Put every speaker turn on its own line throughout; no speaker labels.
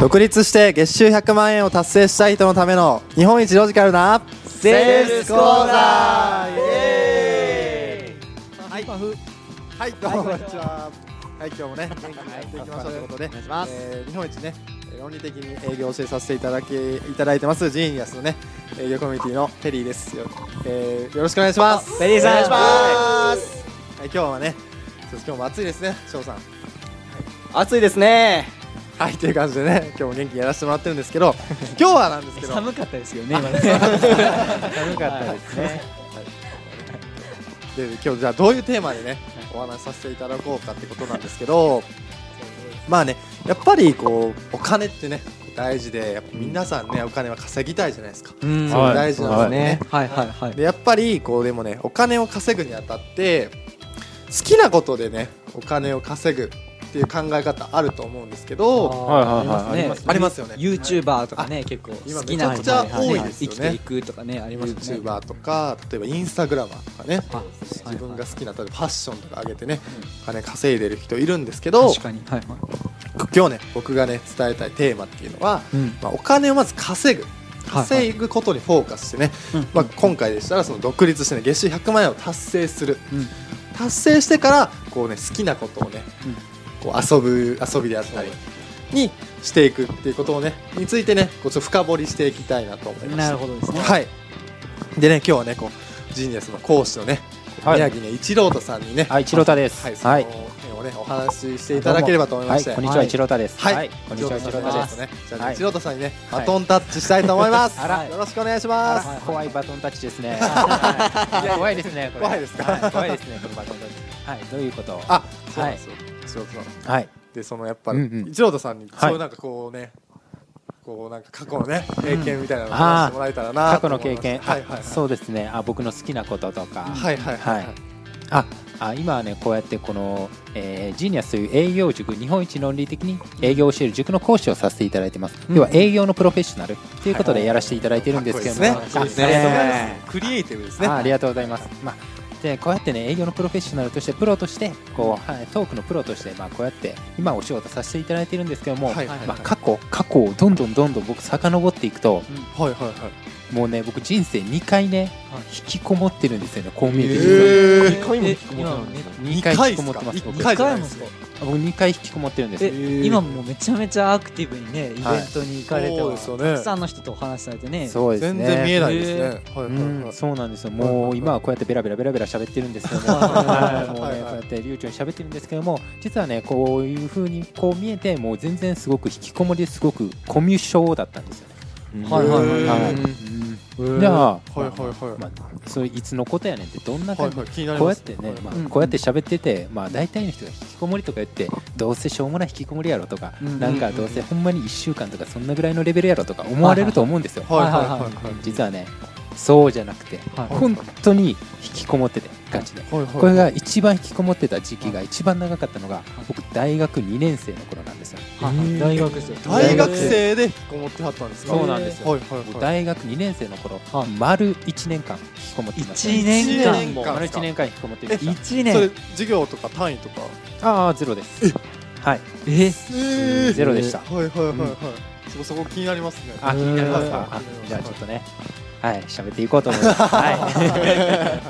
独立して月収100万円を達成したい人のための日本一ロジカルな
セールス講座
はい
イエ
はいはいどうもこんにちははい今日もね元気にやっていきましょうということで
お願いします
えー日本一ねえー論理的に営業を教えさせていただきいただいてますジーニアスのね営業コミュニティのフェリーですよ,、えーよろしくお願いします
フェリーさん
お願いしますはい今日はねちょっと今日も暑いですね翔さん
暑いですね
はいという感じでね今日も元気にやらせてもらってるんですけ ど今日はなんですけど
寒かったですよね、今ね。
寒かったですね、で今日じゃあどういうテーマでねお話しさせていただこうかってことなんですけどまあねやっぱりこうお金ってね大事でやっぱ皆さんねお金は稼ぎたいじゃないですか、
うん
すごい大事なんですよね、
はいはいはい。
でやっぱりこうでもねお金を稼ぐにあたって好きなことでねお金を稼ぐっていう考え方あると思うんですけど
はい
はいは
あり
いあり
ま
ま
すすね。
ね
ありますよね
ユーチューバーとかね、結構
今
好きな
めちゃくちゃ多いですよね
生きていくとかね、ありますよね。
YouTuber とか例えばインスタグラマーとかね
あ
自分が
は
好きな例えばファッションとか上げてねお金稼いでる人いるんですけど
いはい確かに。はいはい。
今日ね僕がね伝えたいテーマっていうのは、
うん
まあ、お金をまず稼ぐ
はい
稼ぐことにフォーカスしてね、
うん
まあ、今回でしたらその独立してね月収100万円を達成する
うん
達成してからこう、ね、好きなことをね
うん
こう遊ぶ遊びであったりにしていくっていうことをねについてねこうちょっと深掘りしていきたいなと思います
なるほどですね。
はいでね今日はねこうジーニアスの講師のね、
はい
宮城ね一郎太さんにね
はい一郎太です
はい、その
はい
辺をねお話ししていただければと思いまして
はいこんにちは
はい
一郎太です
はい、
こんにちは一
一郎太
郎太
さん
で
です
す
ね。じゃ
は
あ
い
一郎太さんにね、
はい
バトンタッチしたいと思います。
あら
よろしくお願いし
あ
ま
ら
す。
怖いバトンタッチで すね
いや
怖いですねこれ
怖いですか
は怖いですねこのバトンタッチはいどういうこと
あ、そうなんですよ。一郎太さん。
はい
で、そのやっぱ、
うんうん
一郎太さんに、
はい
そういうなんかこうね。こうなんか過去のね、経験みたいなのを
うん
話してもらえたらな
過
と
去
思
の
います。
経験
はいはいはい。
そうですねあ僕の好きなこととか
はいはいはい
はいああ今はねこうやってこの、えージーニアスという営業塾日本一論理的に営業を教える塾の講師をさせていただいてます、
うん
要は営業のプロフェッショナルということでやらせていただいてるんですけども、
かっこいいですね。
ありがとうござい
ます。クリエイティブですね。
あありがとうございます、まあ、でこうやってね営業のプロフェッショナルとしてプロとしてこう、はい、トークのプロとして、まあ、こうやって今お仕事させていただいてるんですけども、
はいはいはい
まあ、過去過去をどんどんどんどん僕遡っていくと
はいはいはい。
もうね僕人生2回ね
はい
引きこもってるんですよねこう見えて
えー
二回も引きこもってないんです
二回ですか
か
2回引きこもってます僕
一回じゃない
一回も
で
です
す
か
か
僕2回引きこもってるんです
え
よ
今もめちゃめちゃアクティブにねイベントに行かれて
そう
は
ですよ
た
ね
くさんの人とお話しされてね
そうです
全
ね
然見えないです
へ
ね。はいは
う
いはい
ん、そうなんですよもう今はこうやってベラベラベラベラ喋ってるんですけども
はい
もう
はい
ねこうやって流暢に喋ってるんですけども実はねこういう風にこう見えてもう全然すごく引きこもりですごくコミュ障だったんですよね。
はいはいはい
はい
うん
じゃあ
はいはいはい。
まあ、それいつのことやねんってどんな
は
感
い
じ、
はい、気になり
こう
ま
やっ
す。
てね、ま
うんうん
あ、こうやって喋ってて、まあ、大体の人が引きこもりとか言ってどうせしょうもない引きこもりやろとか、
うんうんうん
なんかどうせほんまに1週間とかそんなぐらいのレベルやろとか思われると思うんですよ、
はいはいはい
はいはい
はい。
実はねそうじゃなくて
はい
本当に引きこもっててガチで
はいはい
これが一番引きこもってた時期が一番長かったのが僕大学2年生の頃なんですよ
はいはい大学生
大学生で引きこもってはったんですか。
そうなんですよ
はいはいはい。
大学2年生の頃
はい
丸1年間引きこもっていました
一年間
一もう丸1年間引きこもっていました
1
それ
年
授業とか単位とか。
ああゼロですはい
え
え
ゼロでした
はいはいはい
うん
はい。そこそこ気になりますね。
あ気になります
は
か
い
あじゃあちょっとねはい喋っていこうと思います はい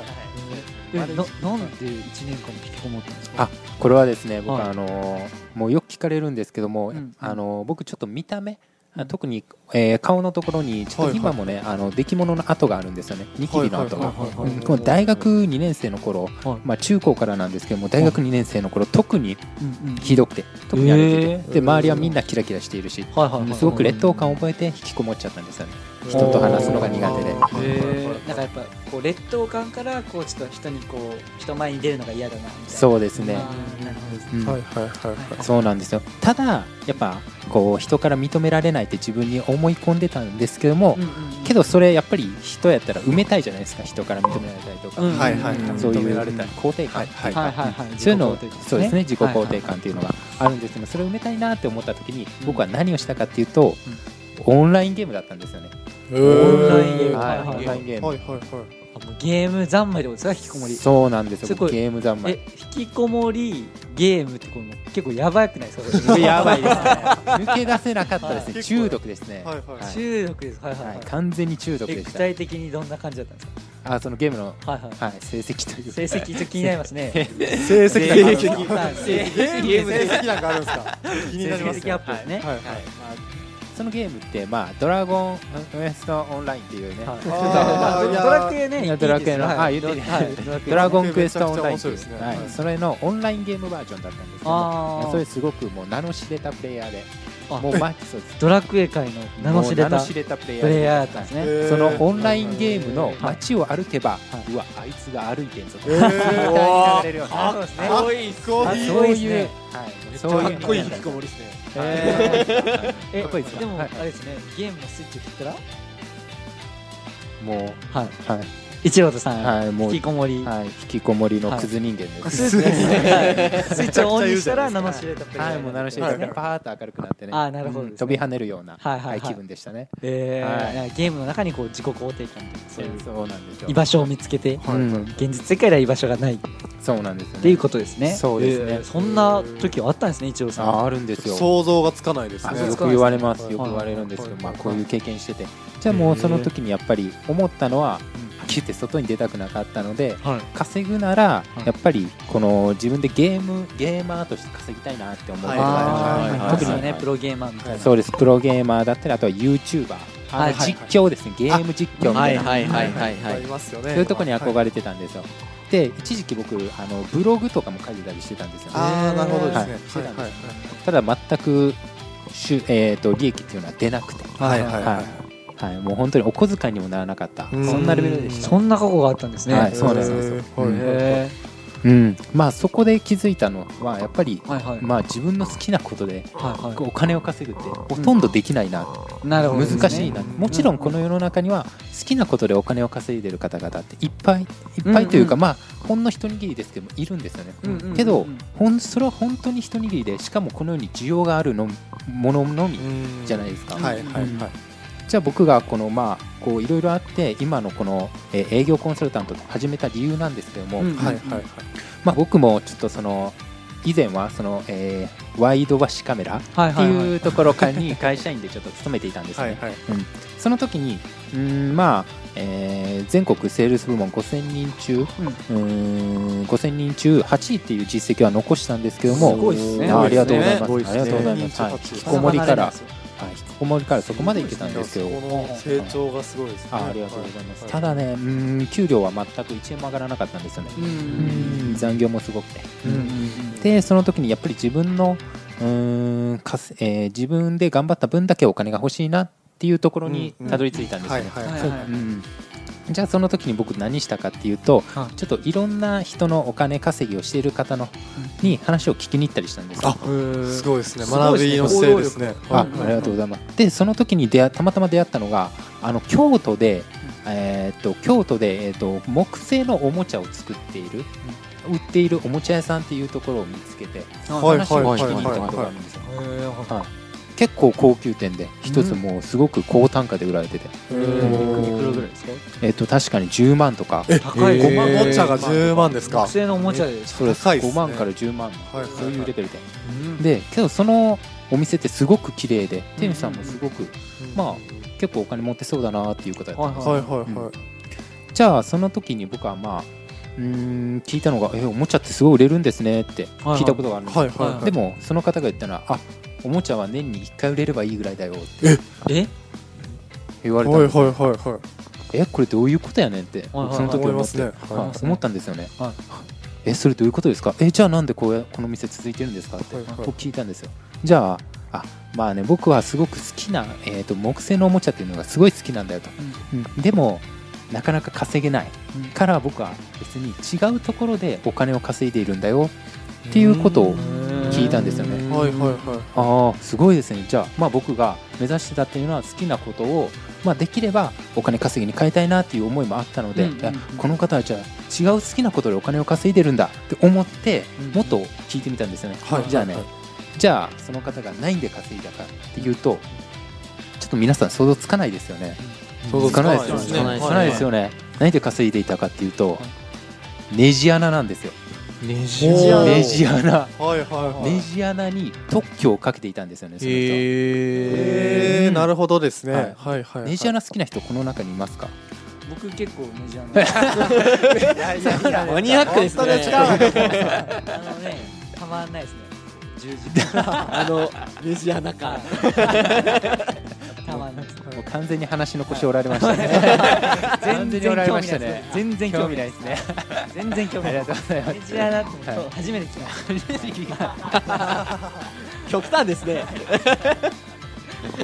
えななんで一年間も引きこもったんですか
あこれはですね僕
はい
あのーもうよく聞かれるんですけども
うん
あのー僕ちょっと見た目あ特にえー顔のところにちょっと今もねあの出来物の跡があるんですよねニキビの跡
はい
が
はいはいは
う
い
んこの大学2年生の頃、
はい
まあ、中高からなんですけども大学2年生の頃特に
うんうん
ひどくて特に荒れてて、
へー
で周りはみんなキラキラしているし、
はいはいはい
すごく劣等感を覚えて引きこもっちゃったんですよね人
と話すのが
苦手で
へーなんかやっぱこう劣等感からこうちょっと人にこう人前に出るのが嫌だなみたいな
そうですね、
あーなるほど
うん
はいはいはいはい。
そうなんですよただやっぱこう人から認められないって自分に思い込んでたんですけども、けどそれやっぱり人やったら埋めたいじゃないですか人から認められたりとか、
うん
はいはいはい。
そうい
認め
う
られたい。
肯定
は
感、
い
はいはいはい
そういうのを
自己肯定感ですね
そうですね自己肯定感っていうのがあるんですけどそれを埋めたいなって思った時に
うん
僕は何をしたかっていうと、オンラインゲームだったんですよね、
オ
ンラインゲーム
はい
はい
オンラインゲーム、
はいはいはい。
あもうゲーム三昧ってことですか引きこもり
そうなんです
す
よ
ごい
ゲーム三昧
え引きこもりゲームってこの結構やばくないですか
やばいですね
は
抜け出せなかった ですね、
はい
中毒ですね、
はいは
は
い
い
い中毒ですはいはい、はい
完全に中毒
え
で
具
した
体的にどんな感じだったんです
あそのゲームの、
かはいはい、
はい、成績というか
成績一応気になりますね
成績だ
成
け成績
績
成績
ゲームで成績なんかあるんですか 気になります
成績アップですね、
はいはい
そのゲームって、まあ、ドラゴンウエストオンラインっていうね、
はい
あー
ドラクエ
い
ね
やドラクエの
は
あ言ってる
はいドラクエ
ドラゴンクエストオンラインっていう
めちゃくちゃ面白いですね
はい
はい
それのオンラインゲームバージョンだったんですけど、
あー
それすごくもう名の知れたプレイヤーで、
あ
もうマックスです
ドラクエ界の名の知れ
もう名
た
の知れたプレイヤ
プ
ーで
レイヤーだったんですね、
そのオンラインゲームの
はい
街を歩けば、
は
うわ、あいつが歩いてんぞと、
えー
流れるような
あそうですね
かっこいい
あ
か
そう
いいっす
いう
ね、
はい、
っ
そういう
こいい引きこもりですね
え
え
かっこいいですか
でも
は
あれ
い
ですねゲームのスイッチを切ったら
ーも、
はいう
はい、
一郎さん、
はい、も
引
う
き、こもり、
はい、引きこもりのクズ人間です。
そうですねスイッチをオンにしたら
めち
名
ゃ
の
く
知れたプレイヤー
はい、もう名の知れ
はい
たプレイヤーでパーッと明るくなってね、
あーなるほどですね
飛び跳ねるような、
はいはいはい
気分でしたね。
えー
はい
なんかゲームの中にこう自己肯定感とかそういう
そうなんですよ。
居場所を見つけて
はい
うん
現実世界では居場所がないっ
そうなんですよね。
ていうことですね
そうですね
えーそんな時はあったんですね一郎さん
あーあるんですよ。
想像がつかないです
あ
ね
そう
よ
です
く
か
言われます
はい
よく言われるんですけど、
はい
まあ、こういう経験しててじゃあもうその時にやっぱり思ったのははっきり言って外に出たくなかったので
はい
稼ぐなら
い
やっぱりこの自分でゲームゲーマーとして稼ぎたいなって思うことがあるんですよ
は
あー
い
特に
特
ね
に
プロゲーマーみたいな
そうですプロゲーマーだったりあとは YouTuber あ
はい
の実況ですねゲーム実況みたいな
はいはいはい
は
はいい
いますよね
そういうとこに憧れてたんですよで一時期僕あのブログとかも書いてたりしてたんですよね
ああなるほど
はい
ですね
はいただ全く収えーと利益っていうのは出なくて
はいはいはいはい
はい、もう本当にお小遣いにもならなかった、
うん
そんなレベルでした。
そんな過去があったんですね
はいそうなんです
へー
うん
はいはいはい
へ
うん、まあそこで気づいたのはやっぱり
ー、はいはい
まあ自分の好きなことで
はいは
お金を稼ぐってほとんどできないな、
いなるほどですね
難しいな、もちろんこの世の中には好きなことでお金を稼いでる方々っていっぱいいっぱいというか、
うんう
まあほんの一握りですけどもいるんですよね、
うんうんうん
けどほんそれは本当に一握りでしかもこのように需要があるのもののみじゃないいですか、
はいはいはい
じゃあ僕がこのまあこういろいろあって今のこのえー営業コンサルタントを始めた理由なんですけども、
うん
はいはいはい
まあ僕もちょっとその以前はそのえーワイドバシカメラっ
はい
て
はいはい
いうところかに会社員でちょっと勤めていたんですね、
はいはい
その時にうーんまあえー全国セールス部門5000人中、うーん、5000人中8位っていう実績は残したんですけども
すごいっすね
あありがとうございます
すごいっすね
ありがとうございます、はい、引
人数8
きこもりか
離れ
ら、
ないで
はい、
すよ
引きこもりからそこまでいけたんですよ
この成長がすごいですね
あありがとうございます、
は
ただねうーん給料は全く1円も上がらなかったんですよね、
うん
うん残業もすごくて、
うんうん
でその時にやっぱり自分のうーんかす、えー自分で頑張った分だけお金が欲しいなっていうところに
うんうん
たどり着いたんですよ
はい
ね、
はい
うん
はい
は
そ
いうはい
うんじゃあその時に僕何したかっていうと
は
ちょっといろんな人のお金稼ぎをしている方のに話を聞きに行ったりしたんですよ
あすごいですね学びの
す
姿勢
ご
で
いですすね
ね
あ
うん
ありがとうございます。でその時に出会たまたま出会ったのがあの京都で、えーっと京都で、えーっと木製のおもちゃを作っている、売っているおもちゃ屋さんっていうところを見つけて
はい
話を聞きに行ったことがあるんですよ。
へーはい
結構高級店で一つもうすごく高単価で売られてて、
へ
い
ー
くらぐらいですか
えーっと確かに10万とか
高
え
いで
ー五
すね
万おもちゃが10万ですか
学生のおもちゃです
それ
高いっすね
5万から10
は
万
いはいはい
そういうレベルで、でけどそのお店ってすごく綺麗で店主さんもすごくま結構お金持ってそうだなっていうことだったんですよ
はいはいはい
じゃあその時に僕はまあうーん聞いたのが「えおもちゃってすごい売れるんですね」って
はい
聞いたことがあるんです、
はいはいはい
でもその方が言ったのは「あおもちゃは年に1回売れればいいぐらいだよ」って
え
言われた
はいは
んで
い
す
はいはい
えこれどういうことやねんって
はいはい
その時
思い
思
ま
っ
す
て、
ね
はい
はい
ますね
思ったんですよね、
はい
えそれどういうことですかえじゃあなんでこうこの店続いてるんですかって
はいはい
僕聞いたんですよじゃああまあね僕はすごく好きな、えー、と木製のおもちゃっていうのがすごい好きなんだよと、うんでもなかなか稼げないから僕は別に違うところでお金を稼いでいるんだよっていうことを聞いたんですよね
はいはいは
ああすごいですねじゃあ,、まあ僕が目指してたっていうのは好きなことを、まあ、できればお金稼ぎに変えたいなっていう思いもあったので、
うんうんうん
いやこの方はじゃあ違う好きなことでお金を稼いでるんだって思って
うんうん
もっと聞いてみたんですよね、
はい
じゃあね、
はい
じゃあその方が何で稼いだかっていうとちょっと皆さん想像つかないですよね、
想像
つかないですよね。
つ
つ
か
か
な
ない
ですね
いですよね。何で稼いでいたかっていうと、ネジ穴なんですよ。
ネジ
ネジ穴
ネジ穴。
はいはいはい
ネジ穴に特許をかけていたんですよね、その人は
え
へ
ー、なるほどですね、
は
はい
い、
はいはい
ネジ穴好きな人この中にいますか
僕結構無事なの
いやいやいや
マニアックですね
本当に違うよ
あのねたまんないですね十時間
あのネジ穴か
たまんないですね
もう完全に話の腰折られましたね。完全におられましたね
全然興味ないですね
ね。
全然興味
あ
ない
り
で
が
す
と
ね
うございま
全然興味ないネジ。穴っ
す
て今
はい
日初めて聞きました
極端ですね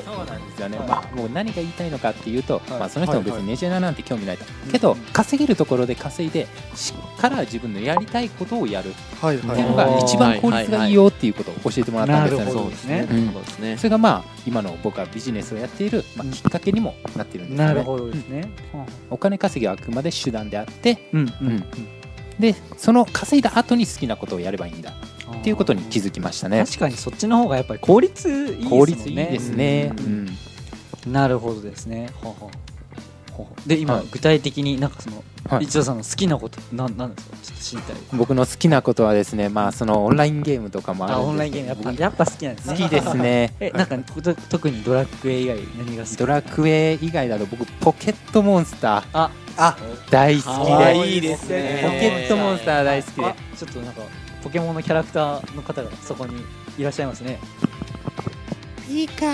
そうなんですよね、まあ、もう何が言いたいのかっていうと、
い
まあ、その人も別
はい
に
は
ネジ穴なんて興味ないと、けど稼げるところで稼いでしっから自分のやりたいことをやるって
はいはい
いうのが一番効率がいいよっていうことを教えてもらったんですよね、
なるほど
そうですね
うん
なるほどですね
それがまあ今の僕はビジネスをやっている、まあ、きっかけにもなってるんですよね
どですね
お金稼ぎはあくまで手段であって
うん
うんでその稼いだ後に好きなことをやればいいんだっていうことに気づきましたね
確かにそっちの方がやっぱり効率いいですもんね
効率いいですね、
う
うんん
なるほどですねほうほうほうほうで今、
はい
具体的になんかその、
はい
一田さんの好きなことなんなんですかちょっと知りたい
僕の好きなことはですねまあそのオンラインゲームとかもあるん
あ
ですけど
オンラインゲームやっぱやっぱ好きなんです
好
ね
きです ね
えなんかこと特にドラクエ以外何が好き
ドラクエ以外だと僕ポケットモンスター
あ
あ
大好
あ
き
ー
で
いいですね
ポケットモンスター大好きで
あちょっとなんかポケモンのキャラクターの方がそこにいらっしゃいますね
いか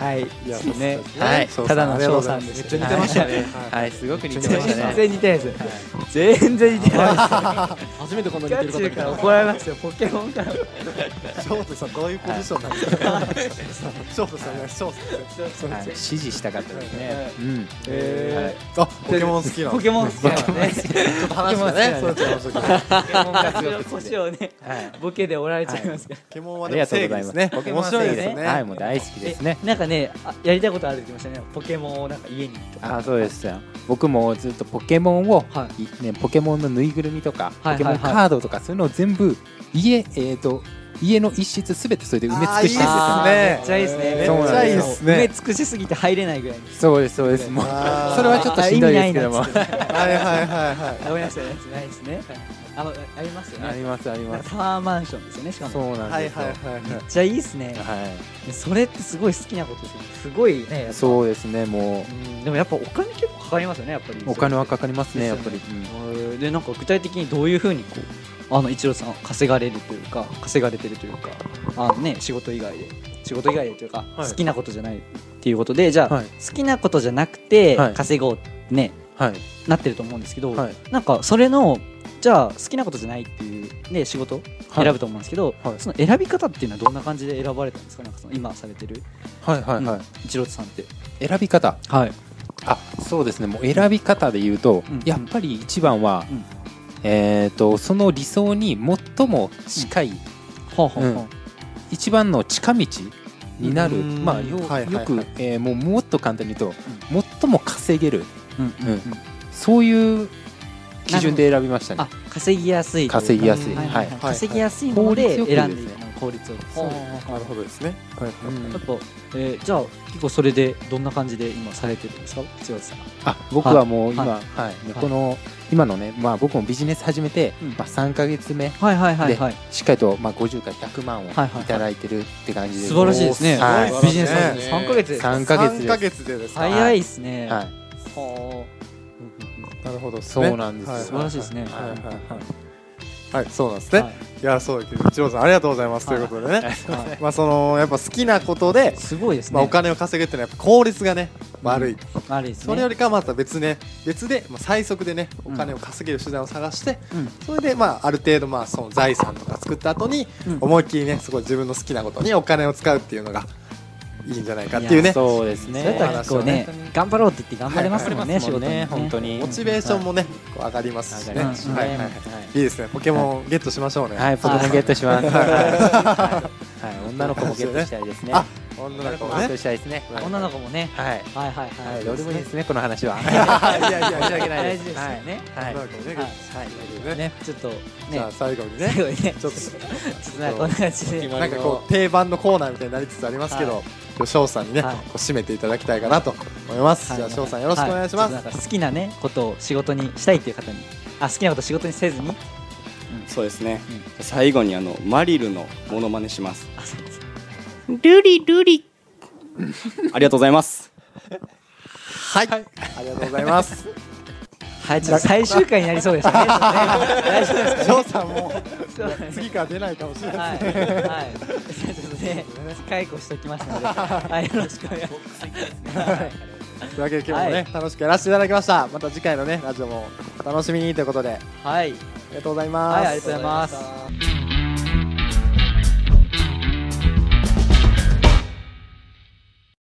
はい
いや
ですね
はい
そうそう
ただの翔さん
あり
で
が
す
とう
ね
ございますめっちゃ似てましたね
はいすごく似てました
全
ね
然似てないです全然似てないです
初めてこんな似
ガ
てる方
チ
見
るから
た
怒られますよポケモンから
翔太さんどういうポジションなんですか翔太さんいや翔太
はい
さん
指示したかったですねうん
えーあポケモン好きなの
ポケモン好きなのね
ちょっと話がねそれちゃいましたけど
ポケモンがす ごく好き
腰
で
をね
はい
ボケでおられちゃいますけど
ポケモンは
あ
で
り
も
がとう
正
ご
義
ざい
で
ますす
ね
ポケモ
面
ンは
白い
正義
ですね
はいもう大好きですね
えなんかねあやりたいことあるって言ってましたねポケモンをなんか家にとか
あそうですよ僕もずっとポケモンを、
はい
ね、ポケモンのぬいぐるみとか、
はいはいはい
ポケモンカードとかそういうのを全部家,、えー、と家の一室すべてそれで埋め尽くしてるんですよ
あー
ね
ね
めっちゃいいですね
そうなんです
めっち
よ
ゃいいっ
そう
埋
なん
め
です
尽くしすぎて入れないぐらいに
そうですそうですもう
あー
それはちょっとしんどいですけども
あ意味ないなっつって
はいはいはいはい
ダメな人のやつないですねあのありますよ
あ
ね
りますあります
タワーマンションですよねしか
そ
も
うなん
はい
ですよ
はいはい
めっちゃいいっすね
はい
それってすごい好きなことですよねすごいねやっぱ
そうですねも
うんでもやっぱお金結構かかりますよねやっぱり
うお金はかかりますね
で
や
す
っ
よ
ぱ
ね
り、うん
うんでなんか具体的にどういうふうにこうあの一郎さんは稼がれるというか稼がれてるというかあの、ね、仕事以外で仕事以外でというか、
はい
好きなことじゃないっていうことでじゃあ、
はい
好きなことじゃなくて
はい
稼ごうってね、
はい
なってると思うんですけど、
はい
なんかそれのじゃあ好きなことじゃないっていう、ね、仕事
はい
選ぶと思うんですけど、
はい
その選び方っていうのはどんな感じで選ばれたんですかなんかその今されてる
はいはいは
一郎さんって。
い選び方
はい、
あそうですねもう選び方で言うと、
うん
やっぱり一番は、
うん
えー、とその理想に最も近い、
ほうほうほう
うん一番の近道になる、
うん
まあよ,、
はいはいはい
よく、えーもうもっと簡単に言うと、最も稼げる
うんうんうん
そういう基準で選びましたね
あ稼ぎやすいというか
稼ぎやすい、
うん
は
はい
い
はいはい稼ぎやすいもので選んでいくのが効率を
そう
や
なるほどですねはい
うん
っぱ、えー、じゃあ結構それでどんな感じで今されてるんですか千代さん
あ僕はもう今、
は
はいもうこの、今のね、まあ、僕もビジネス始めて、
うん
まあ、3か月目
はいはいはい
で
はい
しっかりと、まあ、50から100万をい
はいはい
ただいてるって感じで
素晴らしいですね、
はい
ビジネスマン
素晴らしいですね
三ヶ月です
3か月
3
で
ヶ
す
月でですか
早いですね、
はい
ほ
なるほどです
そ
ね
うなんですよ
は
素晴らしいですね
はいはいはい
は
はいそうなんです
う
ね
はい
いやそう一郎さんありがとうございますと
はいいう
ことでね
は
まあそのやっぱ好きなことで
い、すごいですね、
まあお金を稼ぐっていうのはやっぱ効率がね悪い
悪いですね
それよりかはまた別ね別でまあ最速でねお金を稼げる手段を探してそれでまあある程度まあその財産とか作った後に
うん
思いっきりねすごい自分の好きなことにお金を使うっていうのがいいんじゃないかっていう
い
ね
や
そうです
そ
ね
れとは結構ね
本当に
頑張ろうって言って頑張れますもんね、
はい
仕事にね
本当に
モチベーションもねこう上がりますし
上
ね
が
はい
りますね
はいはいいいですねポケモンゲットしましょうね
はい、ポケモンゲットします。はい、はい女の子もゲットしたいですね。
あ女の
女の
子
子
も
も
ね
としたいですね。
女の子もね
はい。
はいはいはい、
はい、どうでもいいですね、この話 は。
いやいや
申し訳ないで
大事で
す。
すよ
はい。
ね、
はい
女の子もね
はい
ね
ねちょっとね
じゃあ最後に
最
ね
後にね
ちょっ
ちょっとなんかこんな感じで
となんかこう定番のコーナーみたいになりつつありますけど翔さんにねこ
はいう
締めていただきたいかなと思いますじゃあ翔さんよろしくお願いしま
は
す
ちょっとなんか好きなねことを仕事にしたいっていう方にあ好きなことを仕事にせずに
そうですね、最後にあのマリルのモノマネします
あそうです
ルリルリ
ありがとうございます
はいありがとうございます
はいちょっと最終回になりそうですねちょっとね大丈夫ですか
翔さんも
そうですね
次から出ないかもしれ
は
ない
い、
ですね
はい、ちょっとね、解雇しておきますので、はい、よろしくお願いします。
というわけで今日もね、
はい
楽しくやらせていただきましたまた次回のねラジオもお楽しみにということであ
はい、
りがとうございます、
はい、ありがとうございます。